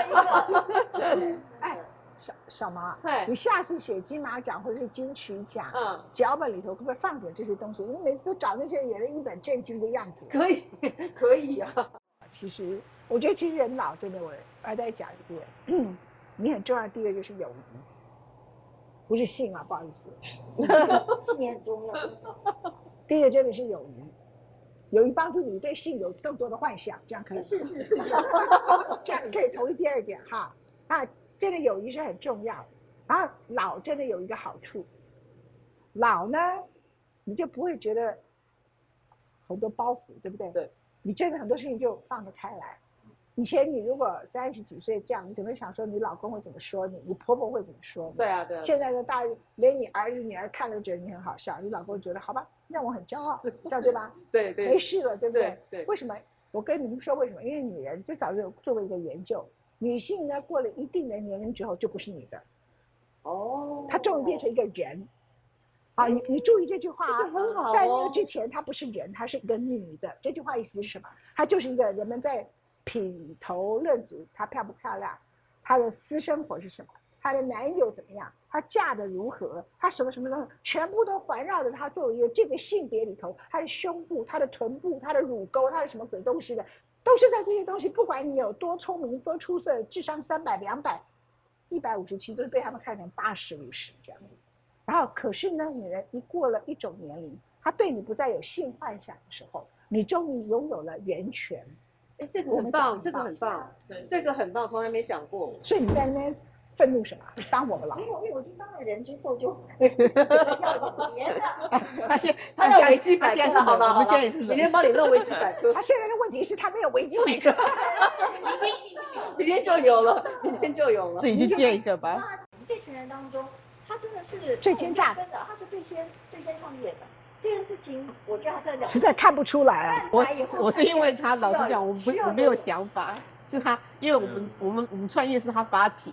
S1: 哎，小小毛啊，
S5: 嗨
S1: 你，下次写金马奖或者是金曲奖
S5: 嗯，
S1: 脚本里头，可不可以放点这些东西？因为每次都找那些人演的一本正经的样子。
S5: 可以，可以啊。
S1: 其实，我觉得其实人老真的，我我要再讲一遍， 你很重要的第一个就是友谊，不是性啊，不好意思，
S4: 信念很重要。
S1: 第一个真的是友谊，友谊帮助你对性有更多的幻想，这样可以吗。
S4: 是是 是，
S1: 这样你可以同意第二点哈。啊，真的友谊是很重要的。然后老真的有一个好处，老呢，你就不会觉得很多包袱，对不对？
S5: 对。
S1: 你真的很多事情就放得开来，以前你如果三十几岁这样，你总会想说你老公会怎么说你，你婆婆会怎么说你。
S5: 对啊，对啊，
S1: 现在的大人连你儿子女儿看都觉得你很好笑，你老公觉得好吧，让我很骄傲，这样对吧？
S5: 对
S1: 没
S5: 对
S1: 事了，对不对
S5: 对？对，
S1: 为什么？我跟你们说为什么？因为女人最早就有做过一个研究，女性呢过了一定的年龄之后就不是女的，
S5: 哦，
S1: 她终于变成一个人。啊，你你注意这句话
S5: 这个
S1: 啊，
S5: 很好
S1: 在那个
S5: 哦，
S1: 之前她不是人，她是一个女的。这句话意思是什么？她就是一个人们在品头论足，她漂不漂亮，她的私生活是什么，她的男友怎么样，她嫁的如何，她什么什么东西，全部都环绕着她作为一个这个性别里头，她的胸部、她的臀部、她的乳沟、她的什么鬼东西的，都是在这些东西，不管你有多聪明、多出色，智商三百、两百、一百五十七，都是被他们看成八十、五十这样子。然后，可是呢，女人一过了一种年龄，她对你不再有性幻想的时候，你终于拥有了源泉。
S5: 哎，这个
S1: 我
S5: 很
S1: 们讲
S5: 棒，
S1: 很
S5: 这个
S1: 棒
S5: 很棒，
S7: 对，
S5: 这个很棒，从来没想过。
S1: 所以你在那边愤怒什么？当我们老
S4: 因为我因为我已经当了人之后就 要别的。
S3: 他现
S5: 他
S3: 现
S5: 要
S3: 在
S5: 维基
S3: 他
S5: 百
S3: 现在
S5: 科，
S3: 是
S5: 好吗？
S3: 人我们
S5: 好
S3: 现
S5: 吗
S3: 在也是
S5: 明
S3: 人。
S5: 天帮你弄维基百科，
S1: 他现在的问题是他没有维基百科，
S5: 明天就有了，明天就有了
S3: 自。己去借一个吧。
S4: 那我们这群人当中，他真的是
S1: 最奸诈的
S4: 真的，他是最先最先创业的。这件事情，我觉得还是要聊。
S1: 实在看不出来啊。
S3: 我
S4: 来以后
S3: 我是
S4: 才
S3: 因为
S4: 需
S3: 他，老实
S4: 要
S3: 讲，我
S4: 需
S3: 不
S4: 要
S3: 我没有
S4: 人
S3: 想法，是他，因为我们
S2: 嗯
S3: 我们我们创业是他发起，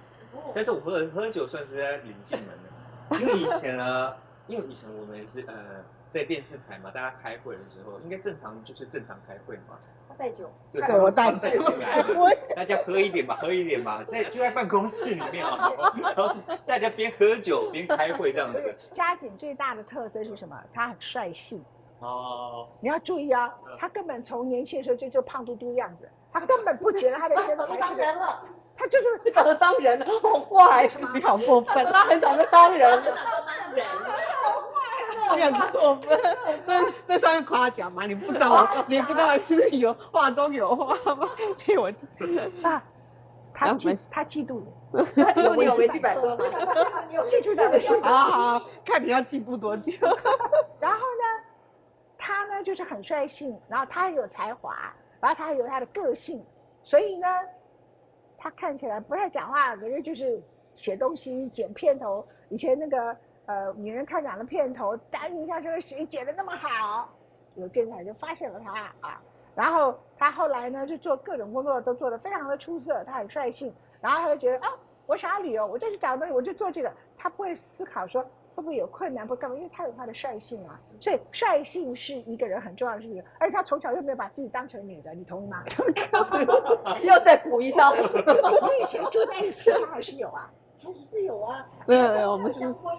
S2: 但是我喝喝酒算是在领进门的，因为以前啊，因为以前我们是呃在电视台嘛，大家开会的时候，应该正常就是正常开会嘛，
S4: 他带酒，
S2: 对，
S3: 对我带
S2: 带
S3: 酒
S2: 酒来
S3: 开
S2: 了
S3: 会，
S2: 大家喝一点吧，喝一点吧，在就在办公室里面啊，然后是大家边喝酒边开会这样子。
S1: 家景最大的特色是什么？他很率性。
S2: 哦，
S1: 你要注意啊，他根本从年轻的时候就就胖嘟嘟样子，他根本不觉得他的身材是
S4: 当
S1: 个，
S4: 人了，
S1: 他就是
S5: 你长得当人了，好坏，
S3: 你好过 分，
S5: 他很少得当 人。
S7: 真的都当人了，
S3: 你很过 分，这这算是夸奖吗？你不知道我，你不知道就是有话中有话吗？ 对我，
S1: 啊，他
S3: 然后我
S1: 嫉
S3: 们
S1: 他嫉妒你。
S5: 他就你有维基百 科吗？
S4: 你有
S1: 记住这个事情
S3: 好好好看你要进步多久。
S1: 然后呢，他呢就是很率性，然后他很有才华，然后他还有他的个性，所以呢，他看起来不太讲话，可是就是写东西、剪片头。以前那个呃，女人看长的片头，大家印象深刻，谁剪的那么好？有电视台就发现了他啊。然后他后来呢，就做各种工作都做得非常的出色，他很率性。然后他就觉得啊，我想要旅游，我就去找东西，我就做这个。他不会思考说会不会有困难，不干嘛，因为他有他的率性啊。所以率性是一个人很重要的事情，而且他从小就没有把自己当成女的，你同意 吗？
S5: 要再补一 刀。
S1: 我们以前住在一起，他还是有啊。
S4: 还是有啊。
S3: 对
S4: 然后
S3: 我们是
S4: 香龟，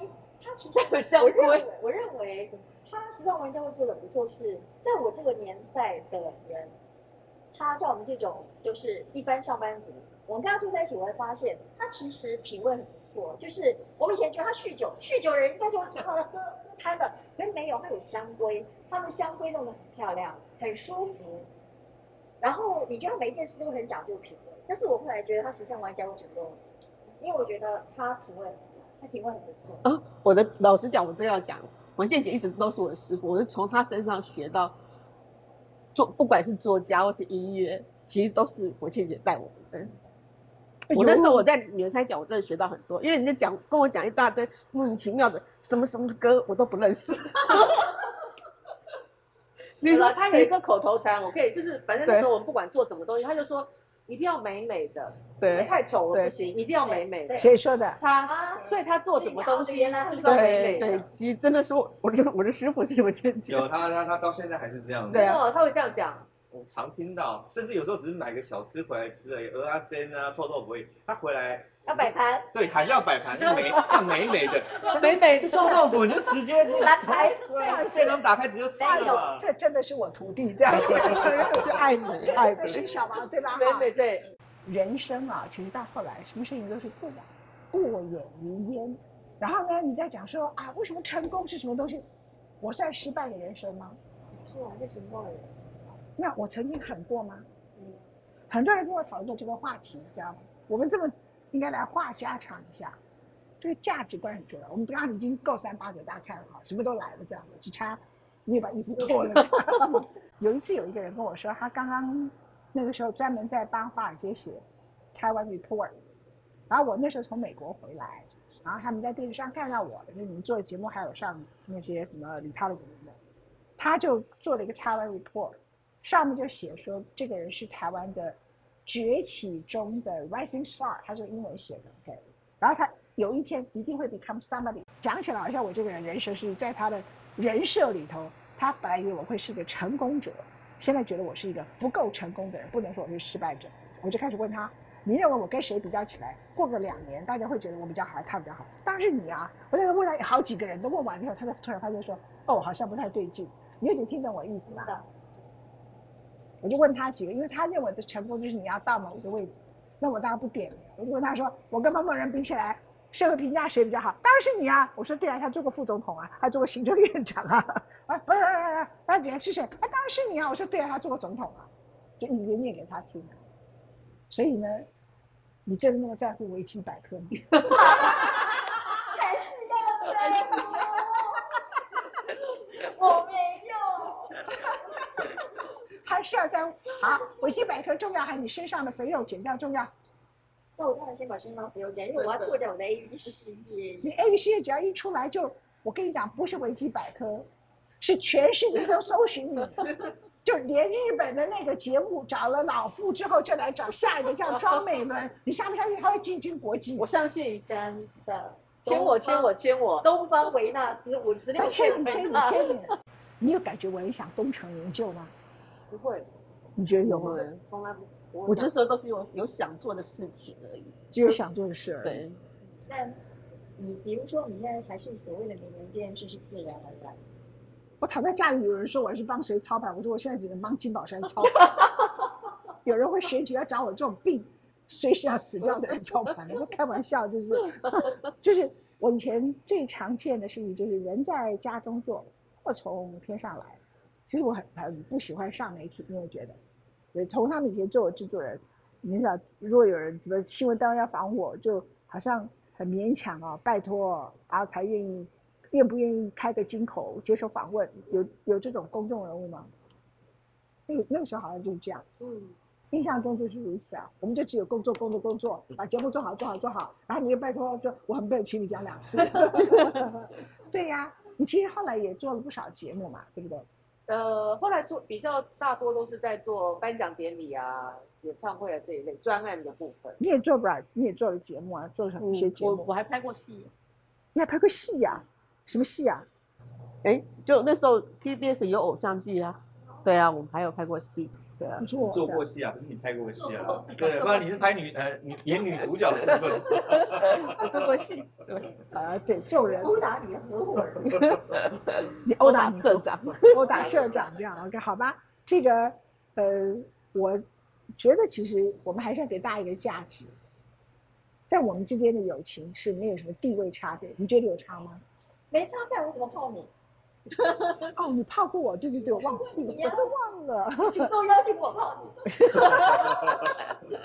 S4: 他其实
S5: 香
S4: 我
S5: 龟
S4: 认为，我认为他时尚玩家会做的不错是，在我这个年代的人，他像我们这种就是一般上班族，我们跟他住在一起，我会发现他其实品味很不错。就是我们以前觉得他酗酒，酗酒人应该就喝喝喝瘫了，可是没有，他有香龟，他们香龟弄得很漂亮，很舒服。然后你觉得他每一件事都很讲究品味，这是我后来觉得他时尚玩家会成功的因为我觉得他品味很好，他品味很不错。
S3: 啊，我的老实讲，我真要讲，王健姐一直都是我的师傅，我是从她身上学到做，不管是作家或是音乐，其实都是王健姐带我们的。我那时候我在女人三角，我真的学到很多，因为你在讲跟我讲一大堆莫名其妙的什么什么歌，我都不认识。 你
S5: 有了，他有一个口头禅，我可以就是，反正那时候我们不管做什么东西，他就说一定要美美的，
S3: 对
S5: 太丑了
S3: 对
S5: 不行，一定要美美的。
S1: 谁说的？
S5: 他，
S4: 啊，
S5: 所以他做什么东西
S4: 原来
S5: 就是要美
S3: 对
S5: 美的
S3: 对，。其实真的是我，我的我的师傅是王健姐。
S2: 有啊他他他到现在还是这样子。
S3: 对啊
S5: 哦，他会这样讲，
S2: 我常听到，甚至有时候只是买个小吃回来吃而已，鹅啊煎啊、臭豆腐而已。他回来
S4: 要摆盘，
S2: 对，还是要摆盘，要美要美美的。
S5: 美美
S2: 就臭豆腐你就直接那个
S4: 蓝牌
S2: 对啊，现场打开直接吃
S1: 哎
S2: 了
S1: 呦
S2: 嘛，。
S1: 这真的是我徒弟，这样子我承认，
S3: 就爱美
S1: 这
S3: 爱
S1: 真的
S3: 美
S1: 是小王，对吧？
S5: 美美对。
S1: 人生啊，其实到后来什么事情都是过眼过眼云烟。然后呢，你在讲说啊，为什么成功是什么东西？我算失败的人生吗？
S4: 是啊，是成功的人。
S1: 那我曾经很过吗？
S4: 嗯，
S1: 很多人跟我讨论过这个话题，你知道吗？我们这么应该来话家常一下，这个价值观很重要。我们刚刚已经够三八给大家看了哈，什么都来了，这样 子，只差你把衣服脱了。有一次有一个人跟我说，他刚刚那个时候专门在帮华尔街写《台湾 Report》，然后我那时候从美国回来，然后他们在电视上看到我，就是你们做的节目还有上那些什么李涛的节目，他就做了一个《台湾 Report》，上面就写说这个人是台湾的崛起中的 rising star，他是用英文写的，OK，然后他有一天一定会 become somebody。讲起来好像我这个人人设是在他的人设里头，他本来以为我会是个成功者，现在觉得我是一个不够成功的人，不能说我是失败者。我就开始问他：“你认为我跟谁比较起来，过个两年大家会觉得我比较好，他比较好？”当然是你啊！我那个问他好几个人都问完了以后，他就突然发现说：“哦，好像不太对劲。”你有点听懂我意思吗？我就问他几个，因为他认为的成功就是你要到某一个位置，那我当然不点名。我就问他说：“我跟某某人比起来，社会评价谁比较好？”当然是你啊！我说：“对啊，他做过副总统啊，他做过行政院长啊， 啊，不是不是不是，大姐是谁？啊，当然是你啊！”我说：“对啊，他做过总统啊。”就一个念给他听、啊。所以呢，你真的那么在乎维基百科吗？
S4: 才是要在乎哦。我没有，
S1: 还是要在乎啊？维基百科重要还是你身上的肥肉减掉重要？
S4: 那我当然先把身上不用讲，因为我要拓展我的 A V 事业。
S1: 你 A 事业只要一出来就，我跟你讲，不是维基百科，是全世界都搜寻你， 就连日本的那个节目找了老傅之后，就来找下一个叫庄美伦，你相不相信他会进军国际
S5: 我？相信，
S4: 真的，
S5: 签我，签我，签我。
S4: 东方维纳斯，我十
S1: 我
S4: 六岁
S1: 签
S4: 维
S1: 你签你
S4: 纳斯，
S1: 签你，你有感觉我也想东成名就吗？
S5: 不会，
S1: 你觉得有
S5: 不
S2: 啊
S1: 吗？
S5: 会，从来不。
S8: 我这时候都是有有想做的事情而已。
S1: 只有想做的事而已。
S8: 对，
S4: 但你比如说，你现在还是所谓的名人这件事是自然而 然。
S1: 我躺在家里，有人说我是帮谁操盘，我说我现在只能帮金宝山操。 有人会选举要找我这种病，随时要死掉的人操盘，我说开玩笑，就是就是我以前最常见的事情就是人在家中坐，祸从天上来。其实我很很不喜欢上媒体，因为我觉得，对，从他们以前做我制作人，你想如果有人什么新闻单位要访我，就好像很勉强哦，拜托、哦，然后才愿意，愿不愿意开个金口接受访问？有有这种公众人物吗？那个那个时候好像就是这样，
S5: 嗯，
S1: 印象中就是如此啊。我们就只有工作，工作，工作，把节目做好，做好，做好。然后你就拜托说，我很笨，请你讲两次。 对呀、你其实后来也做了不少节目嘛，对不对？
S5: 呃，后来做比较大多都是在做颁奖典礼啊、演唱会啊这一类专案的部分。
S1: 你也做不了，你也做了节目啊，做了很
S8: 嗯
S1: 多些节
S8: 我
S1: 目，
S8: 我还拍过戏，
S1: 你还拍过戏呀、什么戏呀、
S3: 哎，就那时候 TBS 有偶像剧啊，对啊，我们还有拍过戏，对啊
S1: 你，说
S2: 你
S1: 我
S2: 做过戏啊，不是你拍过戏啊？对，不然你是拍女呃女演女主角的部分。
S3: 我做 过戏，对，
S1: 呃，对，这种人
S4: 殴打你的合伙人，
S1: 你
S3: 殴
S1: 殴打
S3: 打
S1: 你
S3: 社 长，
S1: 殴打社长这 样，OK，好吧？这个，呃，我觉得其实我们还是要给大家一个价值，在我们之间的友情是没有什么地位差别，你觉得有差吗？
S4: 没差不然我怎么泡你？
S1: 哦，你泡过我，对对对，我忘记了，
S4: 你
S1: 我
S4: 呀
S1: 都忘 了，
S4: 主动邀请我泡你。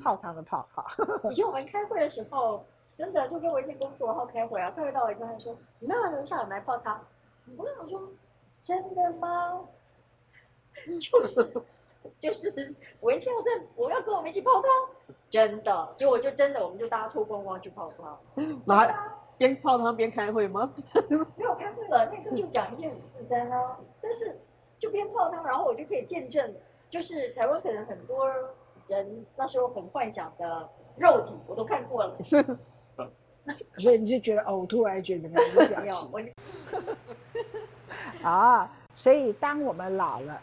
S1: 泡汤的泡，好，
S4: 以前我们开会的时候，真的就跟我一天工作，然后开会啊，开会到我一半他说：“你们有人下来买泡汤。”我想说：“真的吗？” 就是 就是，我一天要在我要跟我们一起泡汤，真的，结果就真的我们就大家脱光光去泡汤，
S3: 然后边泡汤边开会吗？
S4: 没有开会了，那个就讲一件五四三啊，但是就边泡汤，然后我就可以见证，就是台湾可能很多人那时候很幻想的肉体，我都看过了。
S1: 所以你就觉得，哦，我突然觉得 没有表
S4: 没有
S1: 情，
S4: 我
S1: 啊，所以当我们老了，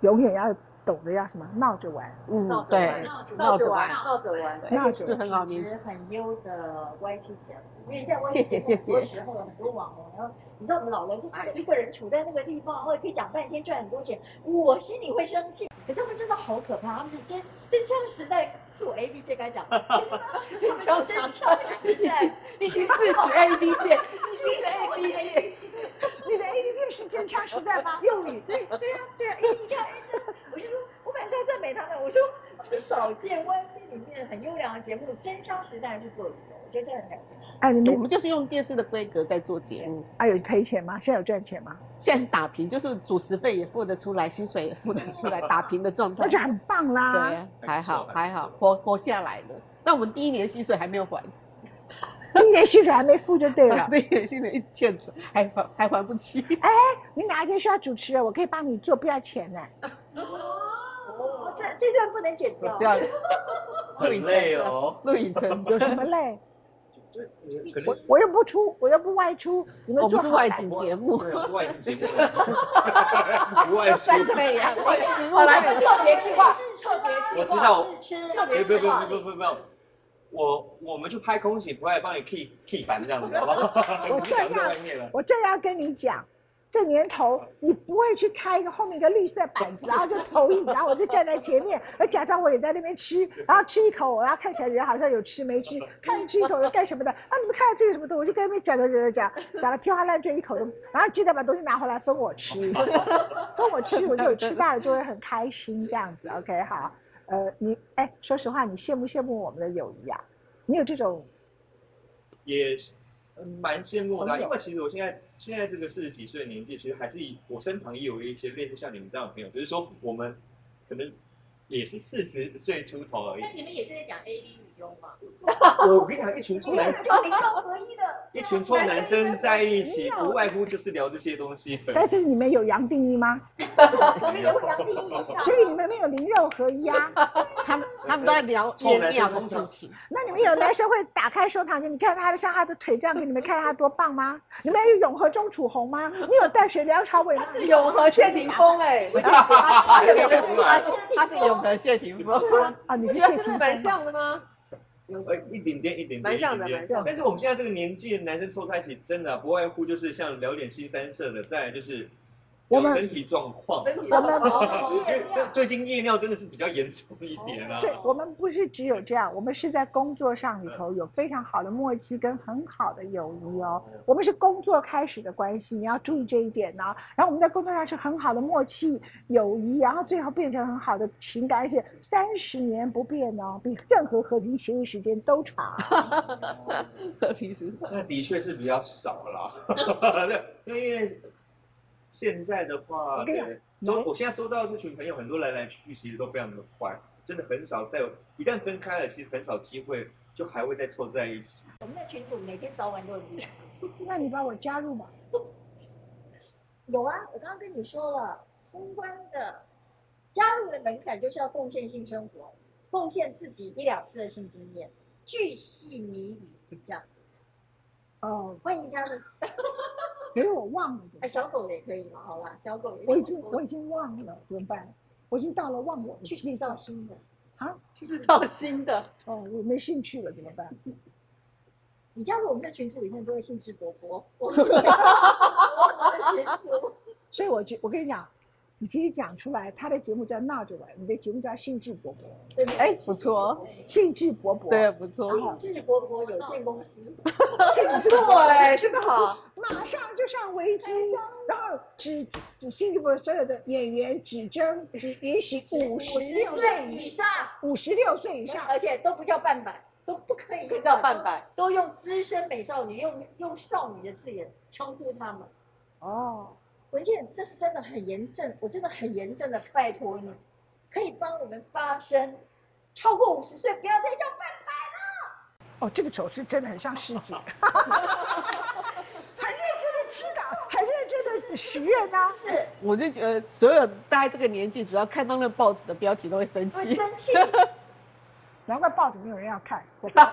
S1: 永远要懂得要什么闹着玩，
S3: 嗯，
S5: 着
S3: 对
S5: 玩，
S3: 闹着
S5: 玩，
S3: 玩，
S5: 闹着玩。
S1: 闹着
S3: 是
S1: 玩。
S3: 很好
S4: 品
S3: 名
S4: 质很优的 YT 节目，因为在 YT
S3: 谢谢
S4: 节目很多
S3: 谢谢哎
S4: 时候有很多网红，然后你知道我们老了就一个人处在那个地方，然后也可以讲半天赚很多钱，我心里会生气。可是他们真的好可怕，他们是真真枪时代，是我 A B 最该讲的，可是呢
S5: 真
S4: 他们
S5: 枪
S4: 是真枪时代，
S5: 你去自诩 A B 界，
S4: 你是 A B A
S1: 你的 A P P 是真枪实弹吗？
S4: 用语对对啊对啊，一定要 A 真，我是说，我本来是要赞美他们，我说少见 YT 里面很优良的节目，真枪实弹去做旅游，我觉得这很了不起。
S1: 哎，你
S3: 我
S1: 们
S3: 们就是用电视的规格在做节目，
S1: 哎有赔钱吗？现在有赚钱吗？
S3: 现在是打平，就是主持费也付得出来，薪水也付得出来，打平的状态
S1: 那。就很棒啦。
S3: 对，啊还
S2: 还
S3: 好
S2: 不错
S3: 还好
S2: 还不，错
S3: 活活下来的。但我们第一年薪水还没有还，
S1: 今年薪水还没付就对啊了。
S3: 第一年薪水一直欠着，还还还还不起。
S1: 你哪一天需要主持人，我可以帮你做，不要钱呢、
S4: 哦，这这段不能剪掉
S3: 对。啊，录
S2: 很
S3: 影
S2: 累
S3: 存折，
S2: 哦。
S3: 录影存
S1: 有什
S3: 折。
S1: 么累？
S2: 就就可
S1: 我
S2: 能
S1: 我又不出，我又不外出，你们
S3: 我
S1: 做
S3: 们是
S1: 好
S3: 外
S1: 来
S3: 景节目，
S2: 对，不外景节目了，不 外出。
S3: 对啊呀，
S8: 后来有特别计划，
S4: 特别
S2: 我知道
S4: 试吃，
S8: 特别
S2: 不
S8: 计
S2: 不
S8: 划
S2: 不不不不，我我们就拍空袭，不爱帮你 key key 板这样子，好不好？
S1: 我
S2: 你讲
S1: 这
S2: 在
S1: 样
S2: 外面了。
S1: 我正要跟你讲，这年头你不会去开一个后面一个绿色板子，然后就投影，然后我就站在前面，而假装我也在那边吃，然后吃一口，然后看起来人好像有吃没吃，看吃一口又干什么的啊？你们看到这个什么东西，我就跟那边讲讲讲讲讲的天花乱坠一口都，然后记得把东西拿回来分我吃，分我吃，我就有吃到了就会很开心这样子。OK，好，呃，你哎，说实话，你羡不羡慕我们的友谊啊？你有这种
S2: 也是嗯蛮羡慕的啊、
S1: 朋友
S2: 因为其实我现在现在这个四十几岁的年纪，其实还是以我身旁也有一些类似像你们这样的朋友，只是说我们可能也是四十岁出头而已
S6: 那。你们也是在讲 A B 女优嘛？
S2: 我跟你讲，一群
S4: 你
S2: 臭
S4: 看
S2: 男，
S4: 就零到合一的，
S2: 一群臭男生在一起，不外乎就是聊这些东西。
S1: 但是你们有杨定一吗？
S4: 我们也会量定义一下。
S1: 所以你们没有灵肉合一啊？
S3: 他们他们都在聊
S2: 臭
S3: 夜
S2: 男
S3: 尿
S2: 生
S3: 的
S2: 通
S3: 事
S2: 常
S3: 情。
S1: 那你们有男生会打开手躺给你看他的上他的腿，这样给你们看他多棒吗？你们有永和钟楚红吗？你有淡水梁朝伟吗？
S5: 是永和谢霆锋哎，
S2: 哈
S3: 对
S2: 聊不出来，
S3: 他是永和谢霆锋，
S1: 啊，你
S5: 你
S1: 是
S5: 觉
S1: 谢
S5: 得
S1: 霆
S5: 真 的
S1: 锋吗？
S5: 蛮像的吗？有
S2: 呃，一点点，一点点，
S5: 蛮像的
S2: 一点
S5: 蛮
S2: 点
S5: 像的
S2: 但是我们现在这个年纪，男生凑在一起，真的啊不外乎就是像聊点新三色的，再来就是
S1: 我
S2: 有
S1: 们
S2: 身体状况。
S5: 身体
S1: 我们
S5: 哦
S2: 因为这最近夜尿真的是比较严重一点啊。
S1: 对，我们不是只有这样，我们是在工作上里头有非常好的默契跟很好的友谊哦。我们是工作开始的关系，你要注意这一点呢、然后我们在工作上是很好的默契、友谊，然后最后变成很好的情感，而且三十年不变哦，比任何和平协议时间都长。
S5: 啊
S3: 和平时
S2: 那的确是比较少 了，对，因为现在的话，
S1: 我跟你讲
S2: 对，周我现在周遭的这群朋友，很多来来去去，其实都非常的快，真的很少在一旦分开了，其实很少机会就还会再凑在一起。
S4: 我们的群主每天早晚都有约。
S1: 那你把我加入吧。
S4: 有啊，我刚刚跟你说了，通关的加入的门槛就是要贡献性生活，贡献自己一两次的性经验，巨细靡遗这样。
S1: 哦，
S4: 欢迎加入，
S1: 可是我忘了怎么
S4: 哎，
S1: 办？
S4: 小狗的也可以嘛，好吧，小狗也
S1: 我已经我已经忘了怎么办？我已经到了忘我的
S4: 去
S1: 地
S4: 制
S1: 步
S4: 造新的，
S1: 啊！
S5: 制造新的，
S1: 哦，我没兴趣了，怎么办？
S4: 你加入我们的群组以后，你都会兴致勃勃。我们就会兴致勃勃地群组，
S1: 所以我觉我跟你讲，你其实讲出来，他的节目叫闹着玩，你的节目叫兴致勃勃，
S4: 对不对？
S3: 哎，不错，
S1: 兴致勃勃。
S3: 对，，不错。
S4: 兴致勃勃有限公司，
S1: 兴致勃勃，
S5: 对，这个好，
S1: 马上就上危机，
S4: 哎
S1: 然后只只兴致勃勃，所有的演员只争只允许五十
S4: 十
S1: 六
S4: 岁
S1: 岁
S4: 以
S1: 以
S4: 上，
S1: 五十六岁以上，
S4: 而且都不叫半百，都不可以
S5: 制造半百。
S4: 都用资深美少女，用用少女的字眼称呼她们。
S1: 哦，
S4: 文倩，这是真的很严正，我真的很严正的拜托你，可以帮我们发声。超过五十岁不要再叫半百
S1: 哦，这个手势真的很像师 姐，很认真的祈祷，很认真的许愿呐、
S4: 了，是
S3: 我就觉得所有大家这个年纪，只要看到那报纸的标题都会生
S4: 会
S3: 气。
S4: 生气。
S1: 难怪报纸没有人要看。
S4: 拜拜。